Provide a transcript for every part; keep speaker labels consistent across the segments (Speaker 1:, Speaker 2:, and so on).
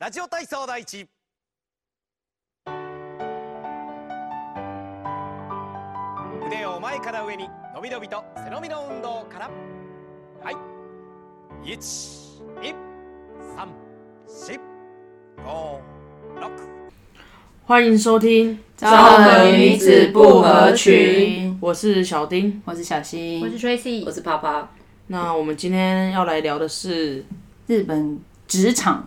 Speaker 1: ラジオ体操第一。腕を前から上に伸び伸びと背伸びの運動からはい1 2 3 4 5 6
Speaker 2: 欢迎收听《
Speaker 3: 昭和女子不合群》，
Speaker 2: 我是小丁。
Speaker 3: 我是小新，
Speaker 4: 我是 Tracy，
Speaker 5: 我是泡泡，
Speaker 2: 那我们今天要来聊的是，
Speaker 3: 日本职场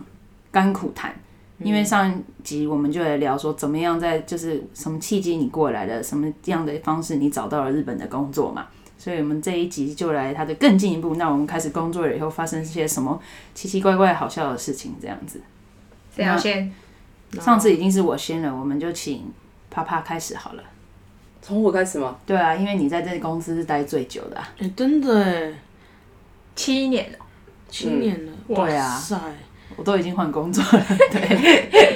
Speaker 3: 甘苦谈。
Speaker 4: 嗯
Speaker 3: 因为上一集我们就来聊说，怎么样在就是什么契机你过来了，什么样的方式你找到了日本的工作嘛。所以我们这一集就来它的更进一步。那我们开始工作了以后，发生些什么奇奇怪怪、好笑的事情，这样子。
Speaker 4: 谁要先？哦
Speaker 3: 上次已经是我先了，我们就请啪啪开始好了。
Speaker 5: 从我开始吗？
Speaker 3: 对啊，因为你在这公司是待最久的、啊。
Speaker 2: 哎、真的哎，
Speaker 4: 七年了，
Speaker 2: 七年了，哇
Speaker 3: 对啊
Speaker 2: 塞，
Speaker 3: 我都已经换工作 了。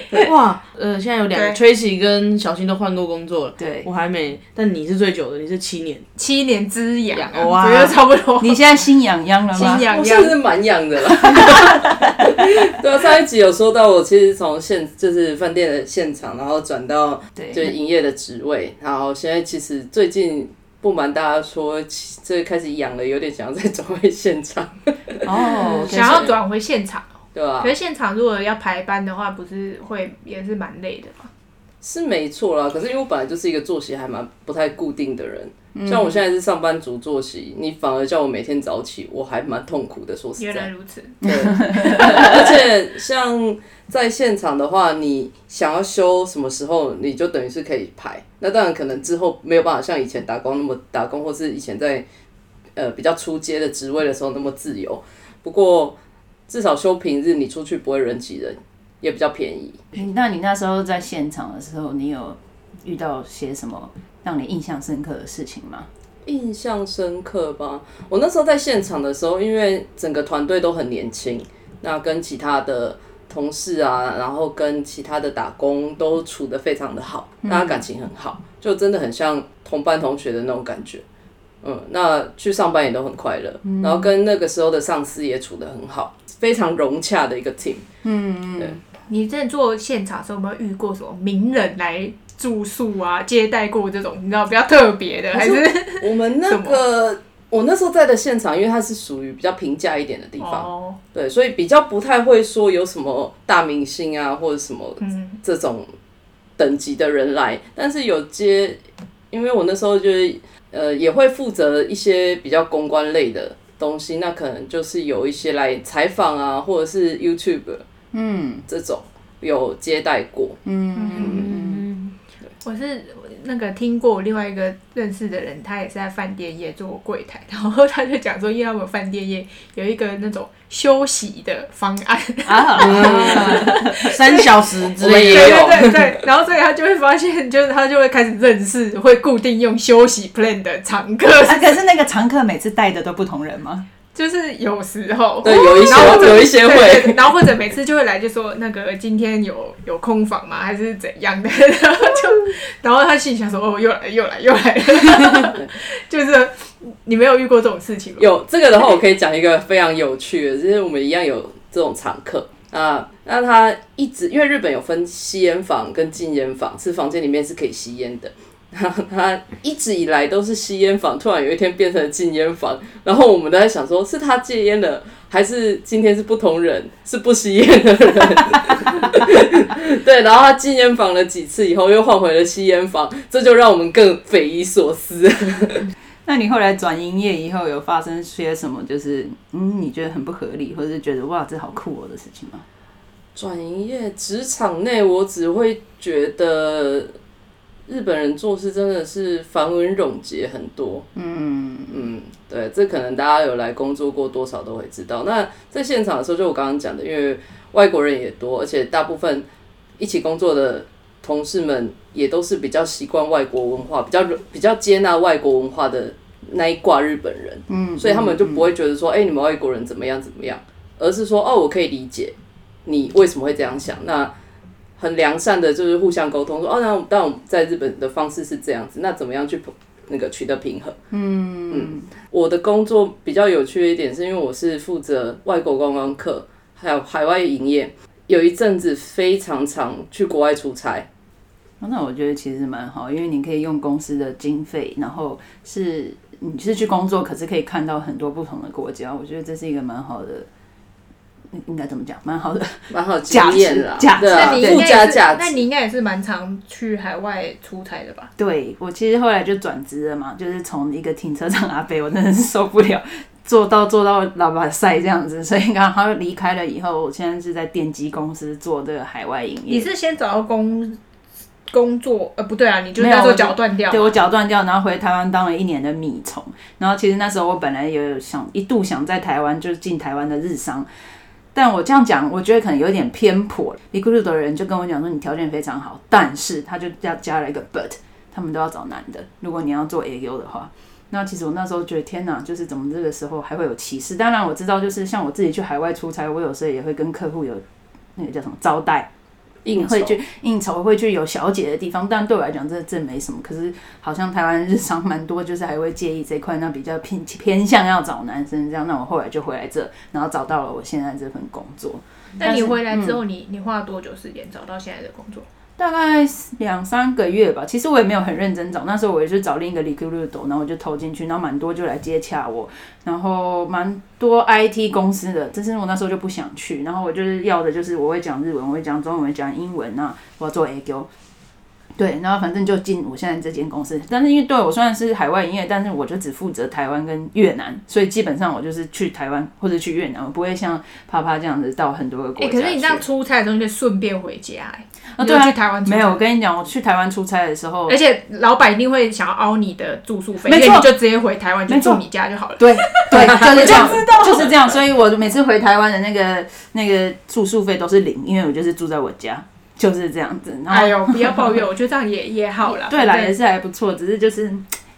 Speaker 3: 对
Speaker 2: 哇，呃，现在有两个 Tracy 跟小新都换过工作了，
Speaker 3: 对
Speaker 2: 我，还没，但你是最久的，你是七年，
Speaker 4: 七年之痒，啊
Speaker 2: 哇
Speaker 4: 我觉得差不多。
Speaker 3: 你现在心痒痒了吗？
Speaker 4: 心痒
Speaker 5: 我算是
Speaker 4: 痒，
Speaker 5: 蛮痒的啦。 对啊，上一集有说到，我其实从现就是饭店的现场，然后转到
Speaker 3: 对
Speaker 5: 就是营业的职位，然后现在其实最近不瞒大家说，其这开始痒了，有点想要再转回现场，
Speaker 3: 哦，OK，
Speaker 4: 想要转回现场。
Speaker 5: 对啊吧、
Speaker 4: 可是现场如果要排班的话，不是会也是蛮累的嘛？
Speaker 5: 是没错啦，可是因为我本来就是一个作息还蛮不太固定的人。
Speaker 4: 嗯
Speaker 5: 像我现在是上班族作息，你反而叫我每天早起，我还蛮痛苦的。说实
Speaker 4: 原
Speaker 5: 在
Speaker 4: 来，如此，
Speaker 5: 对，而且像在现场的话，你想要休什么时候，你就等于是可以排。那当然，可能之后没有办法像以前打工那么打工，或是以前在呃比较出街的职位的时候那么自由。不过至少休平日，你出去不会人挤人，也比较便宜。
Speaker 3: 你那你那时候在现场的时候，你有遇到些什么让你印象深刻的事情吗？
Speaker 5: 印象深刻吧。我那时候在现场的时候，因为整个团队都很年轻，那跟其他的同事啊，然后跟其他的打工都处得非常的好，大家感情很好，就真的很像同班同学的那种感觉。嗯，那去上班也都很快乐，然后跟那个时候的上司也处得很好，非常融洽的一个 team。
Speaker 4: 你真的做现场的时候，有没有遇过什么名人来住宿啊、接待过这种？你知道比较特别的，还是
Speaker 5: 我们那个我那时候在的现场，因为它是属于比较平价一点的地方，
Speaker 4: 哦，
Speaker 5: 对，所以比较不太会说有什么大明星啊，或者什么
Speaker 4: 嗯，
Speaker 5: 这种等级的人来，但是有接，因为我那时候就是呃也会负责一些比较公关类的东西，那可能就是有一些来采访啊，或者是 YouTube
Speaker 3: 嗯
Speaker 5: 这种有接待过，
Speaker 4: 嗯，我是那个听过我另外一个认识的人，他也是在饭店业做过柜台，然后他就讲说，因为他们饭店业有一个那种休息的方 案，
Speaker 3: 啊，
Speaker 2: 三小时之
Speaker 5: 我们
Speaker 2: 类
Speaker 5: 也
Speaker 2: 的，
Speaker 4: 对
Speaker 5: 有
Speaker 4: 对对对，然后所以他就会发现，就是他就会开始认识会固定用休息 plan 的常客，
Speaker 3: 啊可是那个常客每次带的都不同人吗？
Speaker 4: 就是有时候
Speaker 5: 对，有一些
Speaker 4: 然后或者
Speaker 5: 有一些
Speaker 4: 哦对对对
Speaker 5: 会，
Speaker 4: 然后或者每次就会来就说那个今天有有空房吗？还是怎样的？ 然后就，然后他心里想说哦，又来又来又来了， 就是你没有遇过这种事情吗？
Speaker 5: 有这个的话，我可以讲一个非常有趣的，就是我们一样有这种常客啊。那他一直因为日本有分吸烟房跟禁烟房，是房间里面是可以吸烟的。 然后他一直以来都是吸烟房，突然有一天变成了禁烟房，然后我们都在想说，是他戒烟了，还是今天是不同人，是不吸烟的人？ 对，然后他禁烟房了几次以后，又换回了吸烟房，这就让我们更匪夷所思。
Speaker 3: 那你后来转营业以后，有发生些什么？就是嗯，你觉得很不合理，或者是觉得哇，这好酷哦的事情吗？
Speaker 5: 转营业职场内，我只会觉得日本人做事真的是繁文缛节很多。
Speaker 3: 嗯
Speaker 5: 嗯，对，这可能大家有来工作过多少都会知道。那在现场的时候，就我刚刚讲的，因为外国人也多，而且大部分一起工作的同事们也都是比较习惯外国文化，比较比较接纳外国文化的那一挂日本人。
Speaker 3: 嗯，
Speaker 5: 所以他们就不会觉得说，哎、你们外国人怎么样怎么样，而是说，哦，我可以理解你为什么会这样想。那很良善的，就是互相沟通，说，哦，那但我们在日本的方式是这样子，那怎么样去那个取得平衡？
Speaker 3: 嗯
Speaker 5: 我的工作比较有趣的一点，是因为我是负责外国观光客，还有海外营业。有一阵子非常常去国外出差，
Speaker 3: 哦那我觉得其实蛮好，因为你可以用公司的经费，然后是你是去工作，可是可以看到很多不同的国家，我觉得这是一个蛮好的，应应该怎么讲，蛮好的。
Speaker 5: 蛮好经验啦，
Speaker 3: 价值
Speaker 5: 对啊，
Speaker 4: 那你应
Speaker 5: 附
Speaker 4: 该
Speaker 5: 加
Speaker 4: 也是，
Speaker 5: 价
Speaker 4: 那你
Speaker 5: 值。
Speaker 4: 应该也是蛮常去海外出差的吧？
Speaker 3: 对我其实后来就转职了嘛，就是从一个停车场阿伯，我真的是受不了，做到做到老板赛这样子，所以刚好离开了以后，我现在是在电机公司做这个海外营业。
Speaker 4: 你是先找到工工作，呃，不对啊，你就
Speaker 3: 没
Speaker 4: 是
Speaker 3: 有
Speaker 4: 那时候
Speaker 3: 我就
Speaker 4: 脚断掉啊
Speaker 3: 对
Speaker 4: 嘛，
Speaker 3: 我脚断掉，然后回台湾当了一年的米虫。然后其实那时候我本来也有想一度想在台湾就是进台湾的日商，但我这样讲，我觉得可能有点偏颇。离库鲁的人就跟我讲说你条件非常好，但是他就加加了一个 but，他们都要找男的，如果你要做 A U 的话。那其实我那时候觉得天哪，就是怎么这个时候还会有歧视？当然我知道，就是像我自己去海外出差，我有时候也会跟客户有那个叫什么招待。
Speaker 5: 应酬
Speaker 3: 会去应酬，会去有小姐的地方，但对我来讲，这这没什么。可是好像台湾日常蛮多，就是还会介意这块，那比较偏偏向要找男生这样。那我后来就回来这，然后找到了我现在这份工作，
Speaker 4: 那
Speaker 3: 但
Speaker 4: 你
Speaker 3: 是
Speaker 4: 回
Speaker 5: 嗯
Speaker 4: 来之后，你你花了多久时间找到现在的工作？
Speaker 3: 大概两三个月吧。其实我也没有很认真找，那时候我也是找另一个 l i q u i d 然后我就投进去，然后蛮多就来接洽我，然后蛮多 IT 公司的，但是我那时候就不想去，然后我就是要的就是我会讲日文，我会讲中文，我会讲英文啊，我要做 A Q。对，然后反正就进我现在这间公司，但是因为对我虽然是海外营业，但是我就只负责台湾跟越南，所以基本上我就是去台湾或者去越南，我不会像啪啪这样子到很多个国
Speaker 4: 哎、
Speaker 3: 家去。
Speaker 4: 可是你这样出差的时候，你可以顺便回家、哎，
Speaker 3: 啊
Speaker 4: 你
Speaker 3: 对啊
Speaker 4: 就去台湾出差哎
Speaker 3: 没有，我，跟你讲，我去台湾出差的时候，
Speaker 4: 而且老板一定会想要凹你的住宿费，
Speaker 3: 没
Speaker 4: 所
Speaker 3: 错
Speaker 4: 以你就直接回台湾就
Speaker 3: 没错
Speaker 4: 住你家就好了。
Speaker 3: 对对，就是这样，就是这样。所以我每次回台湾的那个那个住宿费都是零，因为我就是住在我家，就是这样子。然后、
Speaker 4: 哎呦，不要抱怨，我觉得这样也也好啦。
Speaker 3: 对啦，
Speaker 4: 反
Speaker 3: 也
Speaker 4: 正
Speaker 3: 是还不错，只是就是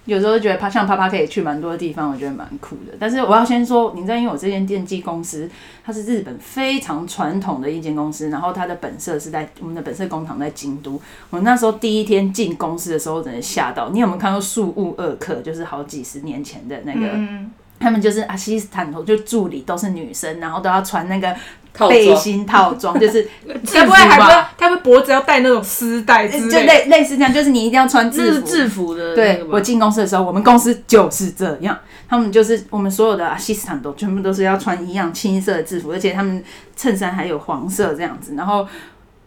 Speaker 3: 有时候觉得啪像啪啪可以去蛮多的地方，我觉得蛮酷的。但是我要先说，你知道，因为我这间电机公司它是日本非常传统的一间公司，然后它的本社是在我们的本社工厂在京都。我那时候第一天进公司的时候，真的吓到。你有没有看过《树屋二课》？就是好几十年前的那个。
Speaker 4: 嗯，
Speaker 3: 他们就是阿啊西斯坦头，就助理都是女生，然后都要穿那个
Speaker 5: 套
Speaker 3: 背
Speaker 5: 装，
Speaker 3: 心套装，就是
Speaker 4: 嗯该不会还会该不会脖子要戴那种丝带之
Speaker 3: 呃哎就
Speaker 4: 类的？
Speaker 3: 类类似这样，就是你一定要穿
Speaker 2: 这
Speaker 3: 制
Speaker 2: 是
Speaker 3: 服。
Speaker 2: 制服的那
Speaker 3: 对
Speaker 2: 个吧，
Speaker 3: 我进公司的时候，我们公司就是这样，他们就是我们所有的阿西斯坦都全部都是要穿一样清一色的制服，而且他们衬衫还有黄色这样子。然后，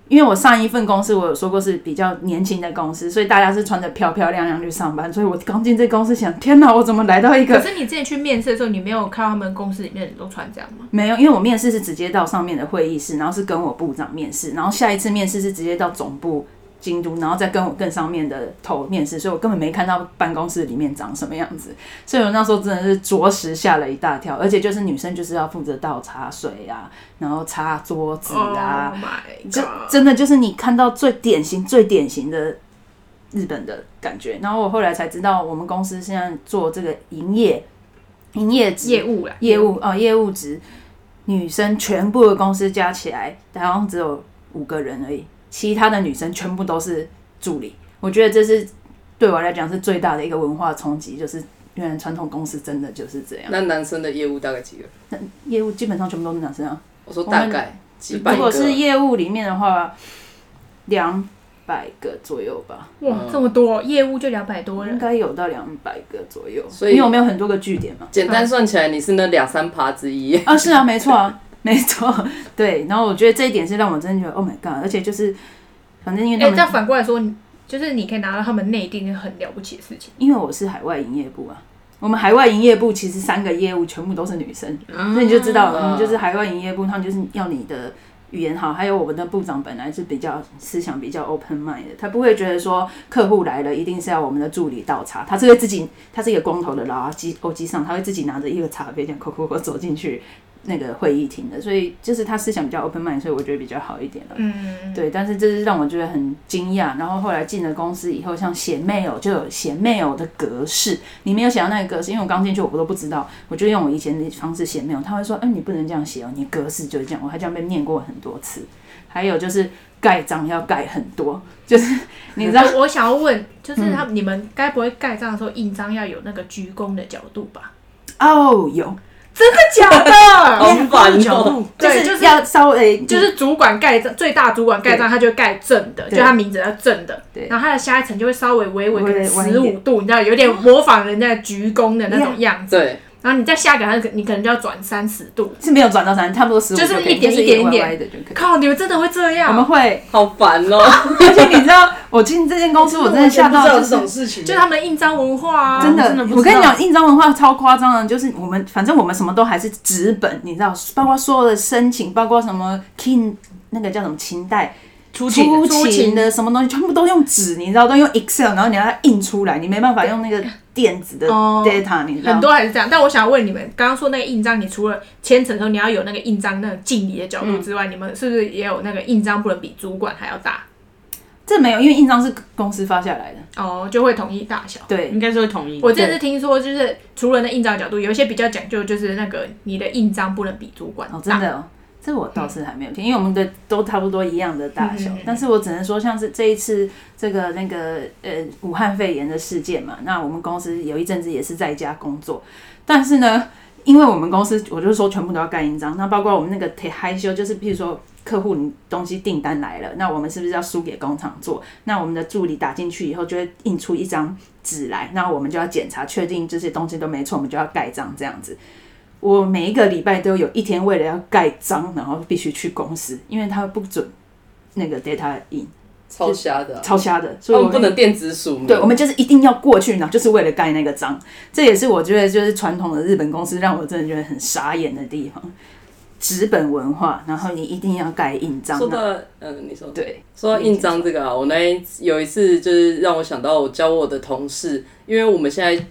Speaker 3: 因为我上一份公司我有说过是比较年轻的公司，所以大家是穿的漂漂亮亮去上班。所以我刚进这公司想，天哪，我怎么来到一个
Speaker 4: 可是你之前去面试的时候，你没有看到他们公司里面的人都穿这样吗？
Speaker 3: 没有，因为我面试是直接到上面的会议室，然后是跟我部长面试，然后下一次面试是直接到总部京都，然后再跟我更上面的头面试，所以我根本没看到办公室里面长什么样子，所以我那时候真的是着实吓了一大跳，而且就是女生就是要负责倒茶水啊，然后擦桌子啊
Speaker 4: Oh my
Speaker 3: 就
Speaker 4: god！
Speaker 3: 真的就是你看到最典型、最典型的日本的感觉。然后我后来才知道，我们公司现在做这个营业、营业职
Speaker 4: 业务啦，
Speaker 3: 业务哦，业务职女生全部的公司加起来，好像只有五个人而已，其他的女生全部都是助理。我觉得这是对我来讲是最大的一个文化冲击，就是原来传统公司真的就是这样，
Speaker 5: 那男生的业务大概几个？
Speaker 3: 业务基本上全部都是男生啊。
Speaker 5: 我说
Speaker 3: 我们
Speaker 5: 大概几百
Speaker 3: 如
Speaker 5: 个
Speaker 3: 果，是业务里面的话，两百个左右吧，
Speaker 4: 哇，这么多业务就两百多
Speaker 3: 应
Speaker 4: 人，
Speaker 3: 该有到两百个左右。
Speaker 5: 所以
Speaker 3: 因为我们有很多个据点嘛。
Speaker 5: 简单算起来你是那两三趴之一。
Speaker 3: 啊，是啊，没错啊，没错， 对。然后我觉得这一点是让我真的觉得，Oh my god！而且就是，反正因为他
Speaker 4: 哎、这
Speaker 3: 们，
Speaker 4: 样反过来说，你就是你可以拿到他们内定，很了不起的事情。
Speaker 3: 因为我是海外营业部啊，我们海外营业部其实三个业务全部都是女生，所以你就知道了，我们就是海外营业部，他们就是要你的。语言好，还有我们的部长本来是比较思想比较 open mind 的，他不会觉得说客户来了一定是要我们的助理倒茶，他是会自己，他是一个光头的老阿基欧基上，他会自己拿着一个茶杯这样 扣扣扣走进去那个会议厅的，所以就是他思想比较 open mind，所以我觉得比较好一点了。
Speaker 4: 嗯，
Speaker 3: 对，但是这是让我觉得很惊讶。然后后来进了公司以后，像写 mail 就有写 mail 的格式，你没有写到那个格式，因为我刚进去我都不知道，我就用我以前的方式写 mail，他会说，嗯，你不能这样写哦，你格式就是这样，我还这样被念过很多次。还有就是盖章要盖很多，就是 你 知道，嗯
Speaker 4: 我想要问，就是他、你们该不会盖章的时候印章要有那个鞠躬的角度吧？
Speaker 3: 哦，有，
Speaker 4: 真的假的？
Speaker 5: 好烦
Speaker 2: 角
Speaker 5: 哦
Speaker 2: 度。
Speaker 4: 对
Speaker 3: 就
Speaker 4: 就是
Speaker 3: 是要稍微
Speaker 4: 就是主管盖章，最大主管盖章，他就盖正的，
Speaker 3: 对
Speaker 4: 就他名字要正的
Speaker 3: 对，
Speaker 4: 然后他的下一层就会稍微微微
Speaker 3: 微微
Speaker 4: 跟
Speaker 3: 弯一
Speaker 4: 十五
Speaker 3: 点
Speaker 4: 度，你知道，有点模仿人家鞠躬的那种样子。
Speaker 5: 对，
Speaker 4: 然后你再下一个，他可你可能就要转三十度。
Speaker 3: 是没有转到三，差不多十五
Speaker 4: 就是
Speaker 3: 可以
Speaker 4: 一点
Speaker 3: 就是
Speaker 4: 一点
Speaker 3: 歪
Speaker 4: 一点
Speaker 3: 歪的就可以。
Speaker 4: 靠，你们真的会这
Speaker 3: 我们
Speaker 4: 样？
Speaker 3: 会，
Speaker 5: 好烦哦。
Speaker 3: 而且你知道，我进这间公司，我
Speaker 2: 啊
Speaker 3: 真的吓到，
Speaker 6: 这
Speaker 3: 就是
Speaker 6: 种事情，
Speaker 4: 就他们的印章文化啊，
Speaker 3: 真的，
Speaker 2: 真的不知道
Speaker 3: 我跟你讲，印章文化超夸张的，就是我们反正我们什么都还是纸本，你知道，包括所有的申请，包括什么 king 那个叫什么清代
Speaker 2: 出勤
Speaker 3: 出
Speaker 4: 出
Speaker 3: 勤
Speaker 4: 勤
Speaker 3: 的什么东西，全部都用纸，你知道，都用 Excel，然后你要印出来，你没办法用那个电子的
Speaker 4: 哦
Speaker 3: data，你知道。
Speaker 4: 很多还是这样。但我想问你们，刚刚说那个印章，你除了签呈的时候你要有那个印章那个敬礼的角度之外，你们是不是也有那个印章不能比主管还要大？
Speaker 3: 这没有，因为印章是公司发下来的，
Speaker 4: 哦，就会统一大小。
Speaker 3: 对
Speaker 2: 应该是会同意。
Speaker 4: 我这次听说，就是除了那印章的角度，有一些比较讲究，就是那个你的印章不能比主管大。嗯
Speaker 3: 哦，真的、哦，这我倒是还没有听，因为我们的都差不多一样的大小。
Speaker 4: 嗯嗯嗯
Speaker 3: 但是我只能说，像是这一次这个那个呃武汉肺炎的事件嘛，那我们公司有一阵子也是在家工作，但是呢，因为我们公司我就说全部都要盖印章，那包括我们那个铁害羞，就是譬如说。客户，你东西订单来了，那我们是不是要输给工厂做？那我们的助理打进去以后，就会印出一张纸来，那我们就要检查，确定这些东西都没错，我们就要盖章这样子。我每一个礼拜都有一天为了要盖章，然后必须去公司，因为他不准那个 data in，
Speaker 5: 超瞎的啊、
Speaker 3: 超瞎的，所以
Speaker 5: 他
Speaker 3: 我
Speaker 5: 们
Speaker 3: 们
Speaker 5: 不能嗯电子署名。
Speaker 3: 对，我们就是一定要过去，然后就是为了盖那个章。这也是我觉得就是传统的日本公司让我真的觉得很傻眼的地方，纸本文化，然后你一定要盖印章
Speaker 5: 说。到，嗯，你说
Speaker 3: 对，
Speaker 5: 说到印章这个啊，我那一次有一次就是让我想到我教我的同事，因为我们现在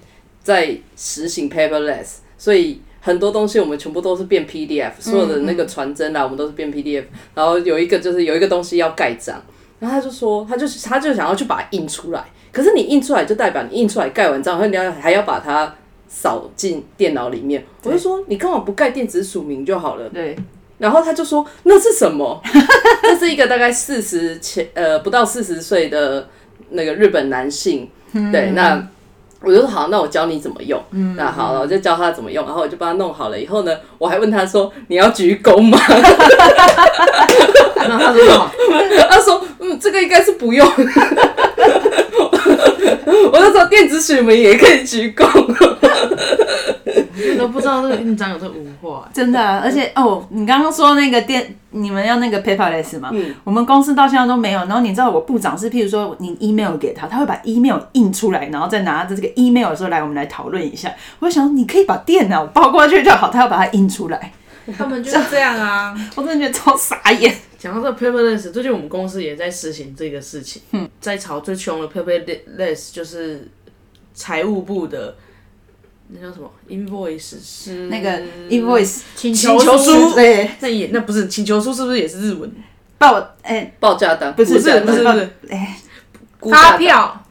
Speaker 5: 在实行 paperless，所以很多东西我们全部都是变 PDF，所有的那个传真啊，我们都是变 PDF。然后有一个就是有一个东西要盖章，然后他就说，他就他就想要去把它印出来，可是你印出来就代表你印出来盖完章，然后你要还要把它扫进电脑里面。我就说，你干嘛不盖电子署名就好了？
Speaker 3: 对，
Speaker 5: 然后他就说那是什么？ 这是一个大概四十前呃不到四十岁的那个日本男性，
Speaker 3: 嗯
Speaker 5: 对，那我就说好，那我教你怎么用。那好了，我就教他怎么用，然后我就帮他弄好了。以后呢，我还问他说你要鞠躬吗？
Speaker 6: 那他说什 么？
Speaker 5: 他说嗯，这个应该是不用。 我就说电子水门也可以鞠躬，
Speaker 2: 都不知道这个印章有这个文化。
Speaker 3: 真的啊、而且哦，你刚刚说那个电，你们要那个 paperless 嘛？
Speaker 5: 嗯
Speaker 3: 我们公司到现在都没有。然后你知道我部长是，譬如说你 email 给他，他会把 email 印出来，然后再拿着这个 email 的时候来，我们来讨论一下。我就想你可以把电脑抱过去就好，他要把它印出来，
Speaker 4: 他们就是这样啊。
Speaker 3: 我真的觉得超傻眼。
Speaker 2: 讲到这个 paperless，最近我们公司也在实行这个事情。嗯，在吵最凶的 paperless 就是财务部的那叫什么 invoice 是
Speaker 3: 那个 invoice
Speaker 4: 请
Speaker 2: 嗯请求
Speaker 4: 求
Speaker 2: 书
Speaker 3: 对
Speaker 2: 那也那不是请求书是不是也是日文？
Speaker 3: 报哎、
Speaker 5: 报价单
Speaker 3: 不是哎
Speaker 2: 不是不是不是，
Speaker 5: 估价
Speaker 4: 发
Speaker 5: 单
Speaker 4: 票，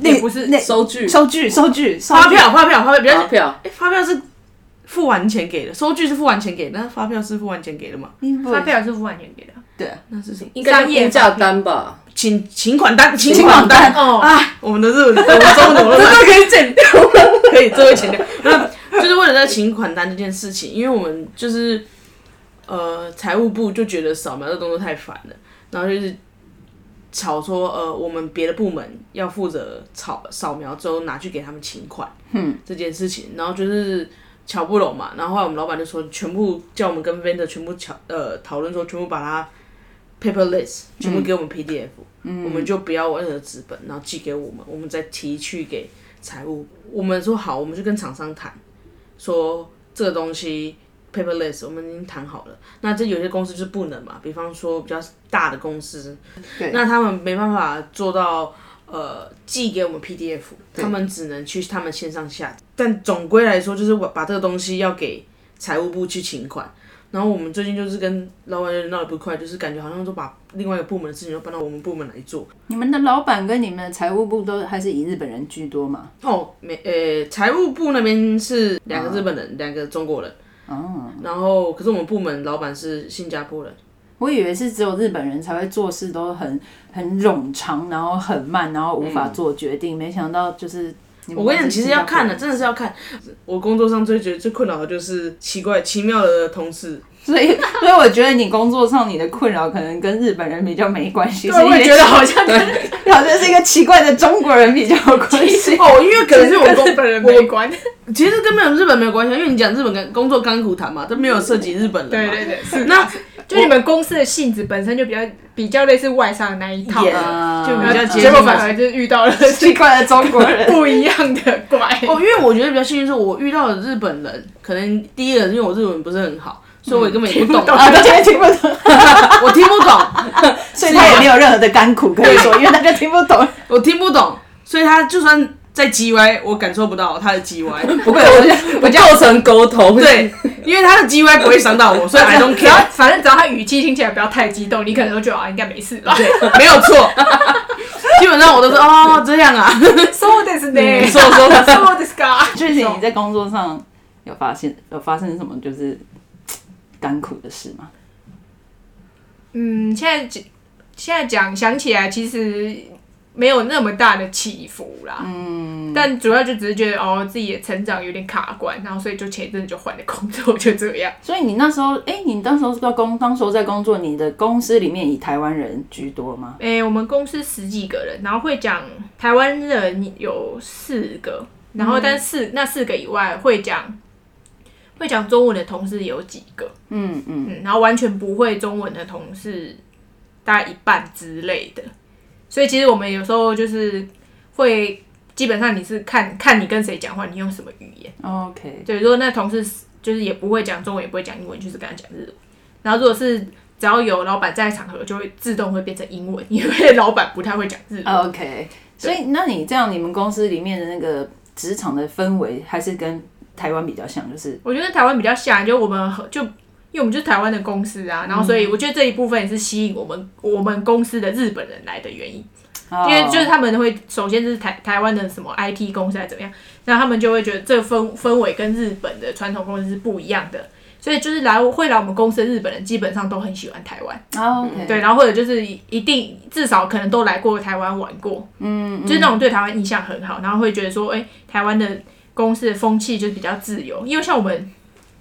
Speaker 3: 那
Speaker 4: 也不是
Speaker 3: 那
Speaker 5: 收据
Speaker 3: 收据收据收据
Speaker 2: 发票发票发票，比较
Speaker 5: 发票，
Speaker 2: 哎发票是付完钱给的，收据是付完钱给的，那发票是付完钱给的吗？
Speaker 4: 发
Speaker 3: invoice
Speaker 4: 票是付完钱给的。
Speaker 3: 对
Speaker 2: 那是什么？
Speaker 5: 应该
Speaker 4: 商
Speaker 5: 是
Speaker 4: 业
Speaker 5: 估价
Speaker 4: 发票
Speaker 5: 单吧。
Speaker 2: 请请款单，请
Speaker 3: 请款单
Speaker 4: 哦，
Speaker 2: 哎，我们的日文，我们中文怎么
Speaker 5: 可以剪掉。
Speaker 2: 可以这位请掉？那就是为了在请款单这件事情，因为我们就是呃财务部就觉得扫描这动作太烦了，然后就是吵说呃我们别的部门要负责扫扫描之后拿去给他们请款，嗯，这件事情，然后就是。瞧不拢嘛，然后后来我们老板就说，全部叫我们跟 vendor 全部瞧呃讨论说，全部把它 paperless，全部给我们 PDF，、我们就不要任何纸本，然后寄给我们，我们再提去给财务。我们说好，我们就跟厂商谈，说这个东西 paperless，我们已经谈好了。那这有些公司就是不能嘛，比方说比较大的公司，
Speaker 3: 对
Speaker 2: 那他们没办法做到呃寄给我们 PDF，他们只能去他们线上下载。但总归来说，就是我把这个东西要给财务部去请款。然后我们最近就是跟老板有点闹得不快，就是感觉好像都把另外一个部门的事情都搬到我们部门来做。
Speaker 3: 你们的老板跟你们的财务部都还是以日本人居多嘛？
Speaker 2: 哦，没，呃，财务部那边是两个日本人，两、个中国人，
Speaker 3: 哦，
Speaker 2: 然后可是我们部门老板是新加坡人，
Speaker 3: 我以为是只有日本人才会做事都很很冗长，然后很慢，然后无法做决定。没想到就是嗯你们
Speaker 2: 我跟你
Speaker 3: 还
Speaker 2: 讲，
Speaker 3: 是
Speaker 2: 其实
Speaker 3: 新加
Speaker 2: 要看的，
Speaker 3: 坡
Speaker 2: 真的是要看。我工作上最觉得最困扰的就是奇怪奇妙的同事，
Speaker 3: 所以，所以我觉得你工作上你的困扰可能跟日本人比较没关系，是
Speaker 4: 对，
Speaker 3: 因
Speaker 4: 我也
Speaker 3: 为
Speaker 4: 觉得好像跟
Speaker 3: 好像是一个奇怪的中国人比较有关 系。
Speaker 2: 哦，因为可能是我
Speaker 4: 跟
Speaker 2: 工
Speaker 4: 日本人
Speaker 2: 我
Speaker 4: 没关。
Speaker 2: 其实跟没有日本没有关系啊，因为你讲日本跟工作甘苦谈嘛，都没有涉及日本人
Speaker 4: 对
Speaker 2: 嘛。
Speaker 4: 对对，是
Speaker 2: 那
Speaker 4: 就你们公司的性质本身就比较比较类似外商的那一套
Speaker 2: Yeah
Speaker 4: 的，
Speaker 2: 就比
Speaker 4: 然
Speaker 2: 较接
Speaker 4: 后
Speaker 2: 近
Speaker 4: 啊结果反而就是遇到了
Speaker 3: 啊 奇怪的中国 人。
Speaker 4: 不一样的怪。
Speaker 2: 哦，因为我觉得比较幸运是，我遇到的日本人，可能第一个是因为我日文不是很好，所以我也根本也不 懂，
Speaker 3: 啊，大家听不懂，
Speaker 2: 我听不懂，
Speaker 3: 所以他也没有任何的甘苦可以说，因为大家听不 懂。
Speaker 2: 我听不懂，所以他就算在 G Y，我感受不到他的 G Y，
Speaker 3: 不会，我觉得
Speaker 5: 不构成沟通。，
Speaker 2: 对，因为他的 G Y 不会伤到我，所以 I don't
Speaker 4: 只要
Speaker 2: care，
Speaker 4: 反正只要他语气听起来不要太激动，你可能都觉得啊应该没 事吧。
Speaker 2: 对，没有错，基本上我都是哦这样啊，
Speaker 4: そうですね。
Speaker 2: 嗯
Speaker 5: 说说
Speaker 4: そうですか。
Speaker 3: 最近 你在工作上有发现有发生什么就是嘖甘苦的事吗？
Speaker 4: 嗯，现在讲现在讲想起来，其实没有那么大的起伏啦。嗯，但主要就只是觉得哦，自己的成长有点卡关，然后所以就前一阵子就换了工作，就这样。
Speaker 3: 所以你那时候，哎、你那时候在工，当时候在工作，你的公司里面以台湾人居多吗？
Speaker 4: 诶、我们公司十几个人，然后会讲台湾人有四个，然后但四、那四个以外会讲会讲中文的同事有几个，
Speaker 3: 嗯嗯，
Speaker 4: 嗯，然后完全不会中文的同事大概一半之类的，所以其实我们有时候就是会基本上你是看看你跟谁讲话，你用什么语言。
Speaker 3: OK，
Speaker 4: 对，如果那同事就是也不会讲中文，也不会讲英文，就是跟他讲日文。然后如果是只要有老板在场合，就会自动会变成英文，因为老板不太会讲日文。
Speaker 3: 哦 OK，所以那你这样，你们公司里面的那个职场的氛围还是跟台湾比较像，就是
Speaker 4: 我觉得台湾比较像，就我们很就因为我们就是台湾的公司啊，然后所以我觉得这一部分也是吸引我们我们公司的日本人来的原因，
Speaker 3: 哦
Speaker 4: 因为就是他们会首先就是台台湾的什么 IT 公司还是怎么样，那他们就会觉得这氛氛围跟日本的传统公司是不一样的。所以就是来会来我们公司的日本人，基本上都很喜欢台湾，
Speaker 3: 哦 OK，
Speaker 4: 对，然后或者就是一定至少可能都来过台湾玩过，
Speaker 3: 嗯，嗯
Speaker 4: 就是那种对台湾印象很好，然后会觉得说，哎、台湾的公司的风气就是比较自由，因为像我们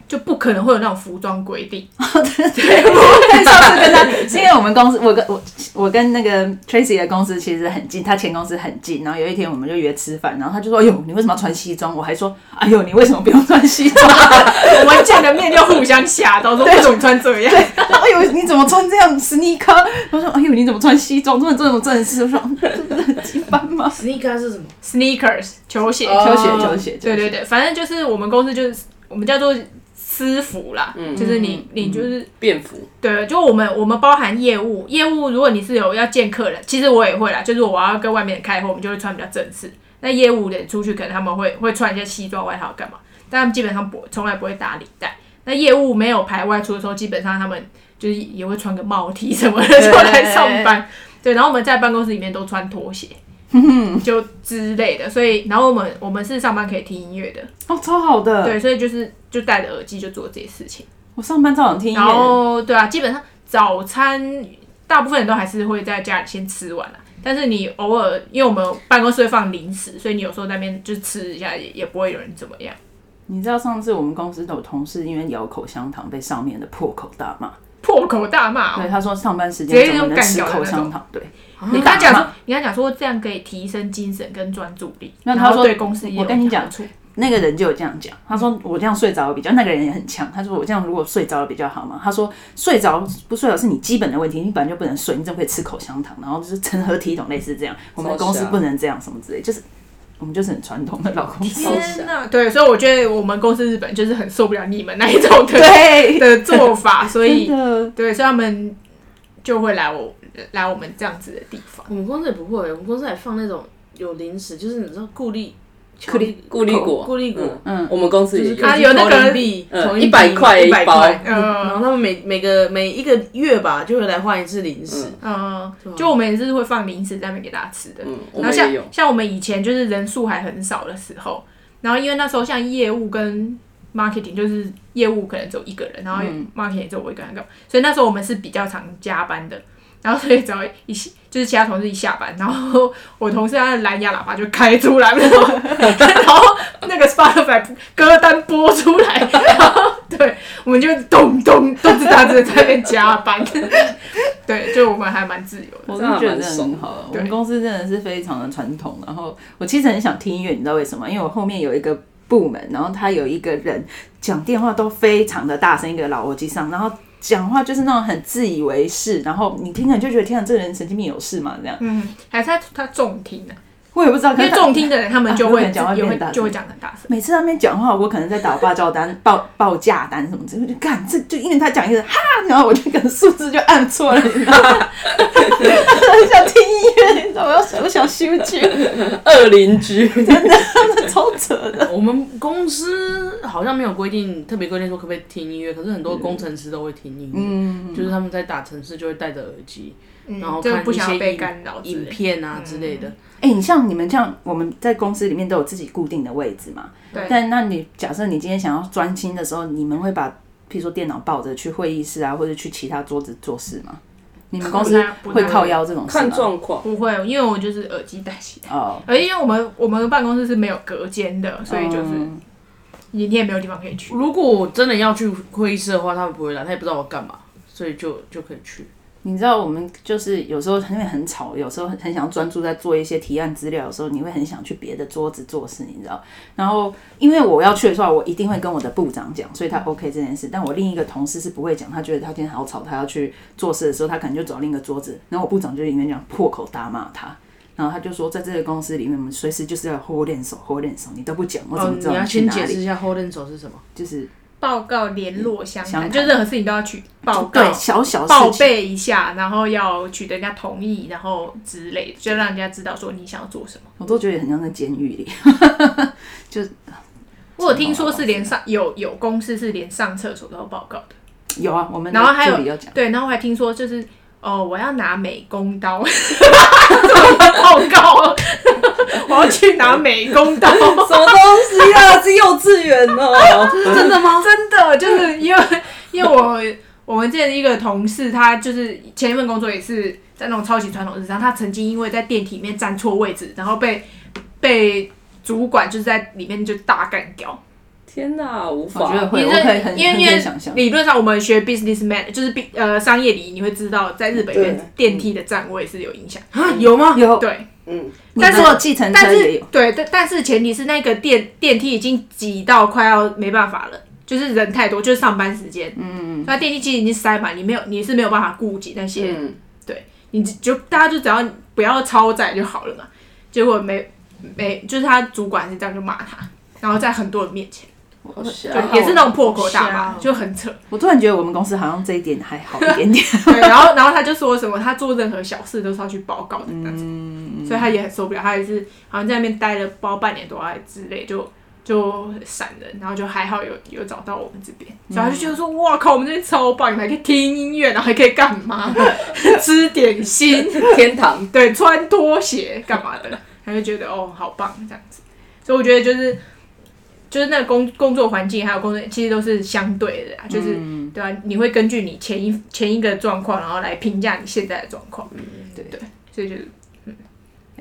Speaker 4: 就不可能会有那种服装规定，
Speaker 3: 对， 上次跟他，是因为我们公司，我跟我我跟那个 Tracy 的公司其实很近，他前公司很近。然后有一天我们就约吃饭，然后他就说：“哎呦，你为什么要穿西装？”我还说：“哎呦，你为什么不用穿西装
Speaker 4: 我们见了面就互相吓到，说为什么穿这样？？”
Speaker 3: 哎呦，你怎么穿这样 sneaker？他说：“哎呦，你怎么穿西装？真的这种正式？”我说嗯：“这是很一般 吗
Speaker 2: sneaker 是什么？
Speaker 4: sneakers 球鞋，？”
Speaker 5: 哦
Speaker 3: 球鞋，球鞋，
Speaker 4: 对对对，反正就是我们公司就是我们叫做私服啦，
Speaker 5: 嗯
Speaker 4: 就是你你
Speaker 3: 嗯
Speaker 4: 就是
Speaker 5: 便服
Speaker 4: 对，就我们我们包含业务，业务如果你是有要见客人，其实我也会啦，就是我要跟外面人开会，我们就会穿比较正式。那业务的出去，可能他们会会穿一些西装外套干嘛，但他们基本上不从来不会打领带。那业务没有排外出的时候，基本上他们就是也会穿个帽 T 什么的
Speaker 3: 对
Speaker 4: 就来上班。对，然后我们在办公室里面都穿拖 鞋，就之类的，所以然后我们我们是上班可以听音乐的，
Speaker 3: 对，哦，超好的。
Speaker 4: 对，所以就是就戴着耳机就做这些事情。
Speaker 3: 我上班照常听音
Speaker 4: 然
Speaker 3: 乐，
Speaker 4: 后对啊，基本上早餐大部分人都还是会在家里先吃完了。但是你偶尔，因为我们办公室会放零食，所以你有时候在那边就吃一下，也也不会有人怎么样。
Speaker 3: 你知道上次我们公司有同事因为咬口香糖被上面的破口大骂，
Speaker 4: 破口大骂、
Speaker 3: 对
Speaker 4: 哦，
Speaker 3: 他说上班时
Speaker 4: 直
Speaker 3: 间
Speaker 4: 接
Speaker 3: 怎么
Speaker 4: 用
Speaker 3: 能
Speaker 4: 干
Speaker 3: 吃
Speaker 4: 掉的
Speaker 3: 口
Speaker 4: 那
Speaker 3: 香
Speaker 4: 种啊
Speaker 3: 糖？对，
Speaker 4: 你跟他讲
Speaker 3: 打
Speaker 4: 说，你跟他讲说这样可以提升精神跟专注力，
Speaker 3: 那
Speaker 4: 然
Speaker 3: 他
Speaker 4: 后
Speaker 3: 说
Speaker 4: 对公司也有
Speaker 3: 我跟你讲
Speaker 4: 好处，
Speaker 3: 那个人就有这样讲，他说我这样睡着了比较，那个人也很强，他说我这样如果睡着了比较好嘛。他说睡着不睡着是你基本的问题，你本来就不能睡，你怎么可以吃口香糖？然后就是成何体统，类似这样，我们公司不能这样什么之类，就是我们就是很传统的老公司。
Speaker 4: 天哪！啊对，所以我觉得我们公司日本就是很受不了你们那一种 的
Speaker 3: 对，
Speaker 4: 的 做法，所以
Speaker 3: 真的
Speaker 4: 对，所以他们就会来我来我们这样子的地方。
Speaker 2: 我们公司也不会，我们公司还放那种有零食，就是你知道固力、
Speaker 3: 固力
Speaker 5: 固力果，
Speaker 2: 固力果，
Speaker 5: 嗯，我们公司
Speaker 2: 就
Speaker 5: 也
Speaker 2: 是
Speaker 5: 有
Speaker 4: 啊。
Speaker 2: 可以
Speaker 4: 有那个
Speaker 2: 投零币，
Speaker 5: 嗯
Speaker 2: 投
Speaker 5: 一百块
Speaker 2: 呃一
Speaker 5: 一
Speaker 2: 百
Speaker 5: 包
Speaker 2: 块。然
Speaker 4: 嗯
Speaker 2: 后他们每每个每一个月吧，就会来换一次零食。
Speaker 4: 嗯，就我们也是会放零食在那边给大家吃的。
Speaker 5: 啊嗯，我
Speaker 4: 然后
Speaker 5: 们
Speaker 4: 像
Speaker 5: 也有。
Speaker 4: 像我们以前就是人数还很少的时候，然后因为那时候像业务跟 marketing 就是
Speaker 5: 嗯
Speaker 4: 业务可能只有一个人，然后 marketing 也只有我一个人干嘛，所以那时候我们是比较常加班的。然后所以只要一下就是其他同事一下班，然后我同事他的蓝牙喇叭就开出来，然后 然后那个 Spotify 歌单播出来，然后对，我们就咚咚咚子大子在那边加班，对，就我们还蛮自由的。
Speaker 3: 我
Speaker 5: 这
Speaker 3: 真
Speaker 5: 样
Speaker 3: 的觉
Speaker 5: 还
Speaker 3: 得
Speaker 5: 蛮
Speaker 3: 很
Speaker 5: 爽
Speaker 3: 好啊。我
Speaker 4: 对
Speaker 3: 们公司真的是非常的传统。然后我其实很想听音乐，你知道为什么？因为我后面有一个部门，然后他有一个人讲电话都非常的大声，一个老耳机上，然后讲话就是那种很自以为是，然后你听了你就觉得天啊，这个人神经病有事嘛这样。
Speaker 4: 嗯，还是他他重听的、啊
Speaker 3: 我也不知道，
Speaker 4: 因为
Speaker 3: 他
Speaker 4: 重听的 人他们就
Speaker 3: 啊
Speaker 4: 会、
Speaker 3: 有可能讲话
Speaker 4: 也
Speaker 3: 变
Speaker 4: 会
Speaker 3: 大声
Speaker 4: 就会讲得很大声。
Speaker 3: 每次在那边讲话，我可能在打报价单、报报价单什么之类的，我就干这就因为他讲一个哈，然后我就可能数字就按错了，你知道吗？ 很想听音乐，你知道吗？我想我想休息，
Speaker 5: 二邻居，
Speaker 3: 超扯的。
Speaker 2: 我们公司好像没有规定特别规定说可不可以听音乐，可是很多工程师都会听音乐，就是他们在打程式就会戴着耳机，
Speaker 4: 嗯
Speaker 2: 然后
Speaker 4: 就
Speaker 2: 看
Speaker 4: 不
Speaker 2: 一
Speaker 4: 想
Speaker 2: 些
Speaker 4: 要被
Speaker 2: 影
Speaker 4: 干扰之类
Speaker 2: 影
Speaker 4: 的。
Speaker 2: 片啊之类的。
Speaker 3: 哎、你像你们这样，我们在公司里面都有自己固定的位置嘛？
Speaker 4: 对
Speaker 3: 但那你假设你今天想要专心的时候，你们会把，譬如说电脑抱着去会议室啊，或者去其他桌子做事吗？你们公司
Speaker 4: 不太
Speaker 3: 会靠腰这种事
Speaker 5: 看
Speaker 3: 吗？
Speaker 5: 状况。
Speaker 4: 不会，因为我就是耳机戴起来，
Speaker 3: 哦，
Speaker 4: 而因为我们我们办公室是没有隔间的，所以就是
Speaker 2: 哦
Speaker 3: 嗯
Speaker 4: 你你也没有地方可以去。
Speaker 2: 如果我真的要去会议室的话，他们不会来，他也不知道我干嘛，所以就就可以去。
Speaker 3: 你知道我们就是有时候因为很吵，有时候很很想专注在做一些提案资料的时候，你会很想去别的桌子做事，你知道？然后因为我要去的时候，我一定会跟我的部长讲，所以
Speaker 2: 嗯
Speaker 3: 他 OK 这件事。但我另一个同事是不会讲，他觉得他今天好吵，他要去做事的时候，他可能就找另一个桌子，然后我部长就里面讲破口大骂他。然后他就说，在这个公司里面，我们随时就是要 hold 练手，hold 练手，你都不讲，我怎
Speaker 2: 哦，
Speaker 3: 么
Speaker 2: 你
Speaker 3: 知道
Speaker 2: 要
Speaker 3: 去
Speaker 2: 先
Speaker 3: 哪
Speaker 2: 解释
Speaker 3: 里？
Speaker 2: 一下 holding 手是什 么？
Speaker 3: 就是
Speaker 4: 报告、联络、相
Speaker 3: 详
Speaker 4: 谈，
Speaker 3: 谈
Speaker 4: 就任何事情都要去报
Speaker 3: 对
Speaker 4: 告、
Speaker 3: 小小
Speaker 4: 报
Speaker 3: 事情，
Speaker 4: 备一下，然后要取得人家同意，然后之类的，就让人家知道说你想要做什么。
Speaker 3: 我都觉得很像在监狱里。
Speaker 4: 我有听说是连上有有公司是连上厕所都要报告的，
Speaker 3: 有啊，我们的
Speaker 4: 然后还有
Speaker 3: 助理要讲。
Speaker 4: 对，然后我还听说就是哦，我要拿美工刀， 报告，啊 我要去拿美工 刀。
Speaker 5: 什么东西啊？是幼稚园哦。
Speaker 2: 真的吗？
Speaker 4: 真的就是因为因为我我们之前一个同事，他就是前一份工作也是在那种超级传统日商，他曾经因为在电梯里面站错位置，然后被被主管就是在里面就大干掉。
Speaker 5: 天哪，无
Speaker 3: 我觉得
Speaker 5: 法。
Speaker 3: 会，
Speaker 4: 因
Speaker 3: 我
Speaker 4: 为
Speaker 3: 可以很
Speaker 4: 因为
Speaker 3: 很
Speaker 4: 因
Speaker 3: 可
Speaker 4: 为
Speaker 3: 以想象。
Speaker 4: 理论上我们学 business man 就是 bu- 呃商业礼仪，你会知道在日本里面电梯的站位是有影响。
Speaker 2: 啊，有吗？
Speaker 3: 有，
Speaker 4: 对，
Speaker 5: 嗯，
Speaker 4: 但是
Speaker 3: 我计程车
Speaker 4: 但
Speaker 3: 也
Speaker 4: 是
Speaker 3: 有，
Speaker 4: 对，但但是前提是那个电电梯已经挤到快要没办法了，就是人太多，就是上班时间，嗯，那电梯其实已经塞满，你没有你是没有办法顾及那些，
Speaker 5: 嗯，
Speaker 4: 你只就大家就只要不要超载就好了嘛。结果没没，就是他主管是这样就骂他，然后在很多人面前，
Speaker 5: 好笑
Speaker 4: 对，也是那种破口大
Speaker 2: 吓
Speaker 4: 骂，
Speaker 2: 哦
Speaker 4: 就很扯。
Speaker 3: 我突然觉得我们公司好像这一点还好一点点。
Speaker 4: 对，然后然后他就说什么，他做任何小事都是要去报告的那种，所以他也很受不了，他也是好像在那边待了包半年多啊之类，就就闪人，然后就还好有有找到我们这边，所以他就觉得说，哇靠，我们这边超棒，你还可以听音乐，然后还可以干嘛， 吃点心，
Speaker 5: 天堂。
Speaker 4: 对，穿拖鞋干嘛的，他就觉得哦，好棒这样子，所以我觉得就是。就是那个工工作环境还有工作，其实都是相对的啊，就是、对啊，你会根据你前一前一个状况，然后来评价你现在的状况，
Speaker 3: 对
Speaker 4: 对，所以就是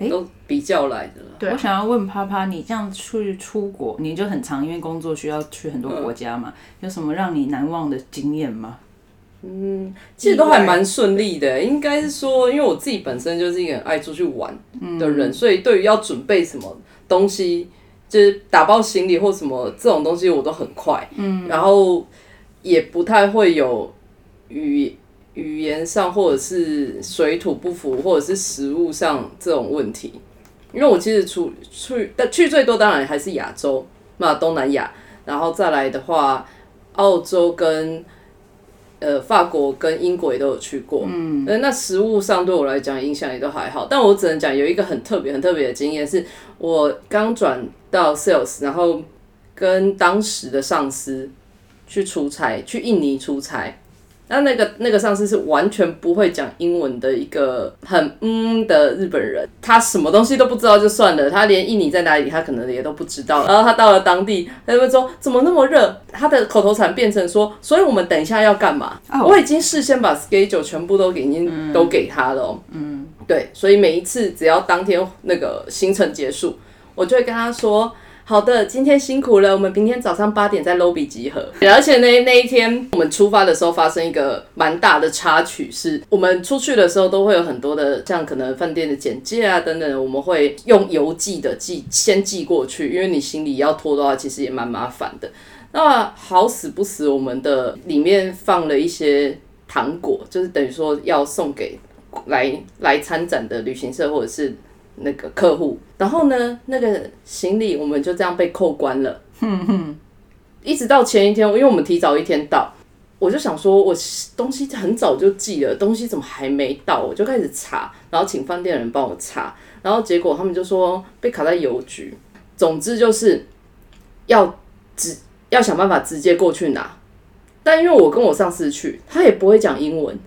Speaker 3: 诶
Speaker 5: 都比较来的啦。
Speaker 4: 对
Speaker 3: 我想要问啪啪，你这样去出国，你就很常因为工作需要去很多国家嘛，有什么让你难忘的经验吗？
Speaker 5: 其实都还蛮顺利的，应该是说，因为我自己本身就是一个很爱出去玩的人，所以对于要准备什么东西，就是打包行李或什么这种东西，我都很快，嗯，然后也不太会有语语言上或者是水土不服或者是食物上这种问题，因为我其实出去但去最多当然还是亚洲嘛，东南亚，然后再来的话，澳洲跟呃法国跟英国也都有去过，嗯，那食物上对我来讲影响也都还好，但我只能讲有一个很特别很特别的经验，是我刚转到 sales，然后跟当时的上司去出差，去印尼出差，那那个那个上司是完全不会讲英文的一个很嗯的日本人，他什么东西都不知道就算了，他连印尼在哪里他可能也都不知道。然后他到了当地，他就会说怎么那么热？他的口头禅变成说，所以我们等一下要干嘛？
Speaker 3: 哦
Speaker 5: 我已经事先把 schedule 全部都给已经都给他了、哦。嗯，对，所以每一次只要当天那个行程结束，我就会跟他说。好的，今天辛苦了，我们明天早上八点在 lobby 集合。而且那那一天我们出发的时候发生一个蛮大的插曲是，我们出去的时候都会有很多的像可能饭店的简介啊等等的，我们会用邮寄的寄先寄过去，因为你行李要拖的话，其实也蛮麻烦的。那好死不死，我们的里面放了一些糖果，就是等于说要送给来来参展的旅行社或者是那个客户。然后呢，那个行李我们就这样被扣关了。一直到前一天，因为我们提早一天到，我就想说，我东西很早就寄了，东西怎么还没到？我就开始查，然后请饭店的人帮我查，然后结果他们就说被卡在邮局。总之就是要直要想办法直接过去拿，但因为我跟我上司去，他也不会讲英文，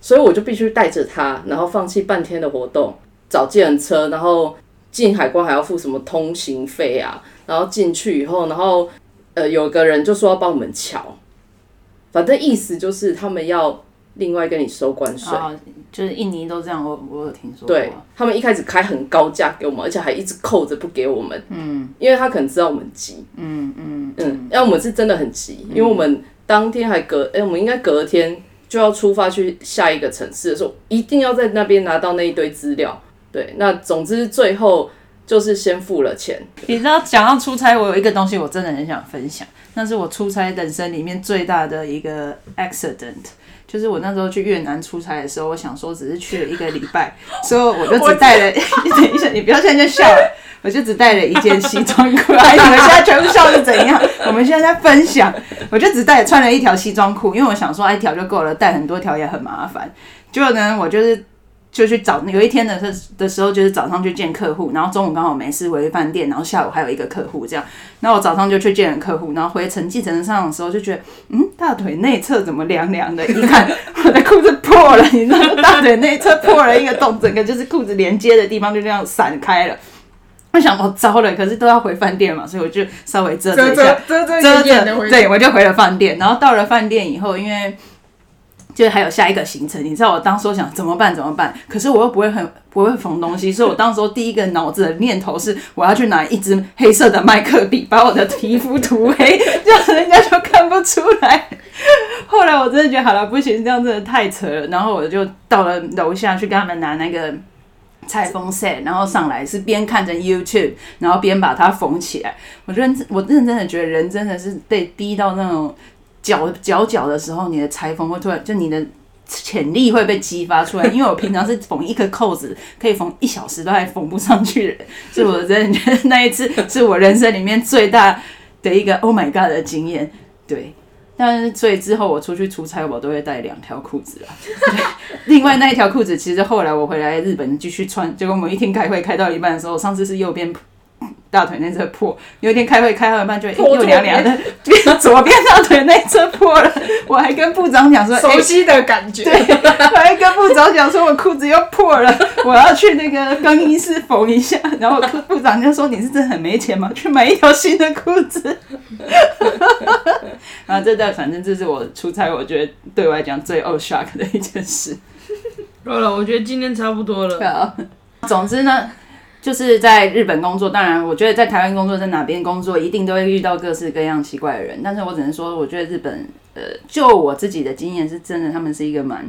Speaker 5: 所以我就必须带着他，然后放弃半天的活动，找计程车，然后进海关还要付什么通行费啊，然后进去以后，然后呃有个人就说要帮我们瞧，反正意思就是他们要另外跟你收关税。
Speaker 3: 啊，就是印尼都这样，我我有听说过。
Speaker 5: 对他们一开始开很高价给我们，而且还一直扣着不给我们。嗯，因为他可能知道我们急。嗯嗯嗯，要我们是真的很急，因为我们当天还隔，哎、我们应该隔天就要出发去下一个城市的时候，一定要在那边拿到那一堆资料。对，那总之最后就是先付了钱。
Speaker 3: 你知道讲到出差，我有一个东西我真的很想分享，那是我出差人生里面最大的一个 accident。就是我那时候去越南出差的时候，我想说只是去了一个礼拜，所以我就只带了。 你等一下，你不要现在就笑了，我就只带了一件西装裤。哎，你们现在全部笑是怎样？我们现在在分享，我就只带穿了一条西装裤，因为我想说哎一条就够了，带很多条也很麻烦。结果呢，我就是就去找有一天的时的时候，就是早上去见客户，然后中午刚好没事回饭店，然后下午还有一个客户这样。那我早上就去见了客户，然后回程计程上的时候就觉得，嗯，大腿内侧怎么凉凉的？一看 我的裤子破了，你知道吗，大腿内侧破了一个洞，整个就是裤子连接的地方就这样散开了。我想我糟了，可是都要回饭店嘛，所以我就稍微遮遮一下，
Speaker 4: 遮遮
Speaker 3: 遮
Speaker 4: 遮
Speaker 3: 着
Speaker 4: 掩的，回去。
Speaker 3: 对我就回了饭店。然后到了饭店以后，因为就是还有下一个行程，你知道我当时我想怎么办怎么办，可是我又不会很不会缝东西，所以我当时候第一个脑子的念头是我要去拿一支黑色的麦克笔把我的皮肤涂黑， 这样人家就看不出来。后来我真的觉得好了不行，这样真的太扯了。然后我就到了楼下去跟他们拿那个。菜封 set，然后上来是边看着 YouTube，然后边把它缝起来。我认我认真的觉得人真的是被逼到那种脚脚脚的时候，你的裁缝会突然就你的潜力会被激发 出来。因为我平常是缝一个扣子可以缝一小时都还缝不上去的人，所以我真的觉得那一次是我人生里面最大的一个 Oh my God 的经验。对。但是，所以之后我出去出差，我都会带两条裤子啦。 对另外那一条裤子，其实后来我回来日本继续穿，结果某一天开会开到一半的时候，我上次是右边大腿内侧破，有一天开会开到一半就会、欸、
Speaker 4: 破
Speaker 3: 又
Speaker 4: 左
Speaker 3: 凉
Speaker 4: 边
Speaker 3: 凉的，变 左边大腿内侧破了。我还跟部长讲说，
Speaker 4: 熟
Speaker 3: 欸
Speaker 4: 悉的感觉，
Speaker 3: 对，我还跟部长讲说，我裤子又破了，我要去那个更衣室缝一下。然后部部长就说：“你是真的很没钱吗？去买一条新的裤子。” 然后这段反正这是我出差，我觉得对我来讲最 oh shock 的一件事。
Speaker 2: 够了，我觉得今天差不多了。
Speaker 3: 好，啊总之呢。就是在日本工作，当然，我觉得在台湾工作，在哪边工作，一定都会遇到各式各样奇怪的人。但是我只能说，我觉得日本，呃，就我自己的经验是真的，他们是一个蛮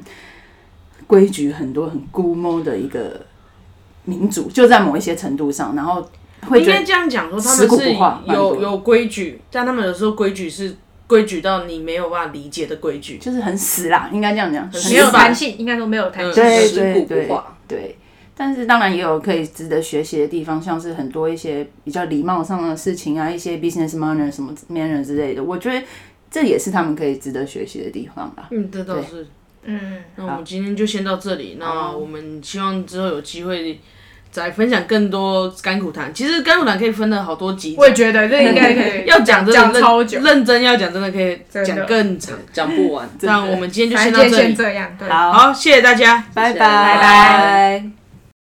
Speaker 3: 规矩很多、很估摸的一个民族，就在某一些程度上，然后会
Speaker 2: 应
Speaker 3: 觉
Speaker 2: 该
Speaker 3: 得
Speaker 2: 这样讲说，他
Speaker 3: 死
Speaker 2: 们
Speaker 3: 骨
Speaker 2: 是
Speaker 3: 不化蛮多
Speaker 2: 有
Speaker 3: 的
Speaker 2: 有规矩，但他们有时候规矩是规矩到你没有办法理解的规矩。
Speaker 3: 就是很死啦，应该这样讲，很
Speaker 2: 没有
Speaker 3: 死
Speaker 2: 吧
Speaker 4: 弹性，应该说没有弹性。
Speaker 3: 对
Speaker 5: 食
Speaker 3: 对
Speaker 5: 古不
Speaker 3: 对
Speaker 5: 化
Speaker 3: 对，但是当然也有可以值得学习的地方，像是很多一些比较礼貌上的事情啊，一些 business manner 什么 manner 之类的，我觉得这也是他们可以值得学习的地方啦。
Speaker 2: 嗯，这倒是。
Speaker 4: 嗯，
Speaker 2: 那我们今天就先到这里。那我们希望之后有机会再分享更多甘苦谈。其实甘苦谈可以分了好多集，
Speaker 4: 我也觉得这应该可以
Speaker 2: 要讲真
Speaker 4: 讲
Speaker 2: 的
Speaker 4: 超久
Speaker 2: 认。认真要讲真的可以
Speaker 4: 真的
Speaker 2: 讲更长。
Speaker 5: 讲不完。
Speaker 2: 那我们今天就
Speaker 4: 反
Speaker 2: 先
Speaker 4: 正
Speaker 2: 到
Speaker 4: 今
Speaker 2: 这
Speaker 4: 天先
Speaker 2: 里，
Speaker 4: 这样，对。
Speaker 3: 好，
Speaker 2: 好，谢谢大家。
Speaker 3: 拜拜
Speaker 5: 拜拜。